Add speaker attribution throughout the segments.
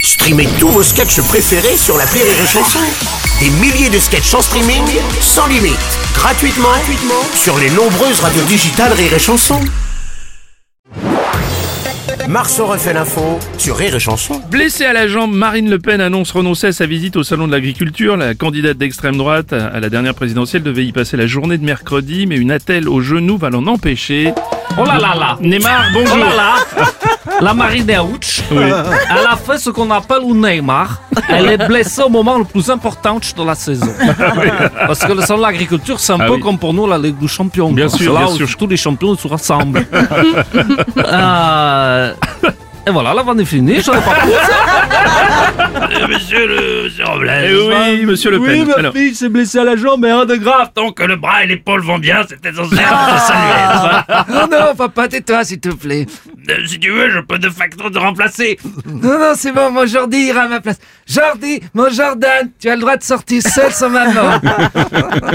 Speaker 1: Streamez tous vos sketchs préférés sur la Rire et Chanson. Des milliers de sketchs en streaming, sans limite, gratuitement, gratuitement sur les nombreuses radios digitales Rire et Chanson. Marceau refait l'info sur Rire et Chanson.
Speaker 2: Blessée à la jambe, Marine Le Pen annonce renoncer à sa visite au Salon de l'Agriculture. La candidate d'extrême droite à la dernière présidentielle devait y passer la journée de mercredi, mais une attelle au genou va l'en empêcher.
Speaker 3: Oh là là là
Speaker 2: Neymar, bonjour
Speaker 3: Oh là là La Marine Ouch, elle a fait ce qu'on appelle un Neymar. Elle est blessée au moment le plus important de la saison. Parce que le salon de l'agriculture, c'est un
Speaker 2: Ah
Speaker 3: peu
Speaker 2: oui.
Speaker 3: comme pour nous la Ligue des Champions.
Speaker 2: Bien
Speaker 3: quoi.
Speaker 2: sûr,
Speaker 3: C'est là
Speaker 2: bien
Speaker 3: où
Speaker 2: sûr.
Speaker 3: tous les champions se rassemblent. Euh, Et voilà, la vanne est finie, j'en ai pas plus.
Speaker 4: Monsieur le monsieur Robles,
Speaker 2: Eh oui, monsieur Le Pen. Alors,
Speaker 3: fille s'est blessée à la jambe, mais rien de grave.
Speaker 4: tant que le bras et l'épaule vont bien, c'est essentiel de saluer.
Speaker 3: Ah. Non, non, papa, tais-toi, s'il te plaît.
Speaker 4: Euh, Si tu veux, je peux de facto te remplacer.
Speaker 3: Non, non, c'est bon, mon Jordi ira à ma place. Jordi, mon Jordan, tu as le droit de sortir seul sans maman.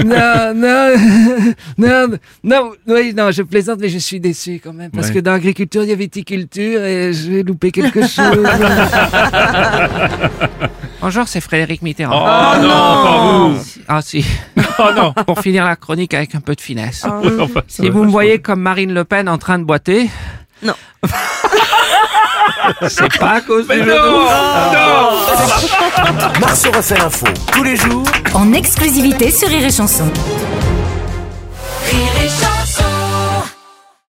Speaker 3: non, non, non, non, oui, non, je plaisante, mais je suis déçu quand même. Parce
Speaker 2: Ouais.
Speaker 3: que dans l'agriculture, il y a viticulture et j'ai loupé quelque chose. Bonjour, c'est Frédéric Mitterrand.
Speaker 2: oh non, pas vous.
Speaker 3: Ah si,
Speaker 2: Oh non.
Speaker 3: pour finir la chronique avec un peu de finesse.
Speaker 2: Enfin, ça
Speaker 3: Si
Speaker 2: va.
Speaker 3: vous me voyez comme Marine Le Pen en train de boiter.
Speaker 5: Non.
Speaker 3: C'est pas à cause du jeu de mots.
Speaker 1: Marceau refait l'info tous les jours
Speaker 6: en exclusivité sur Rire et Chanson.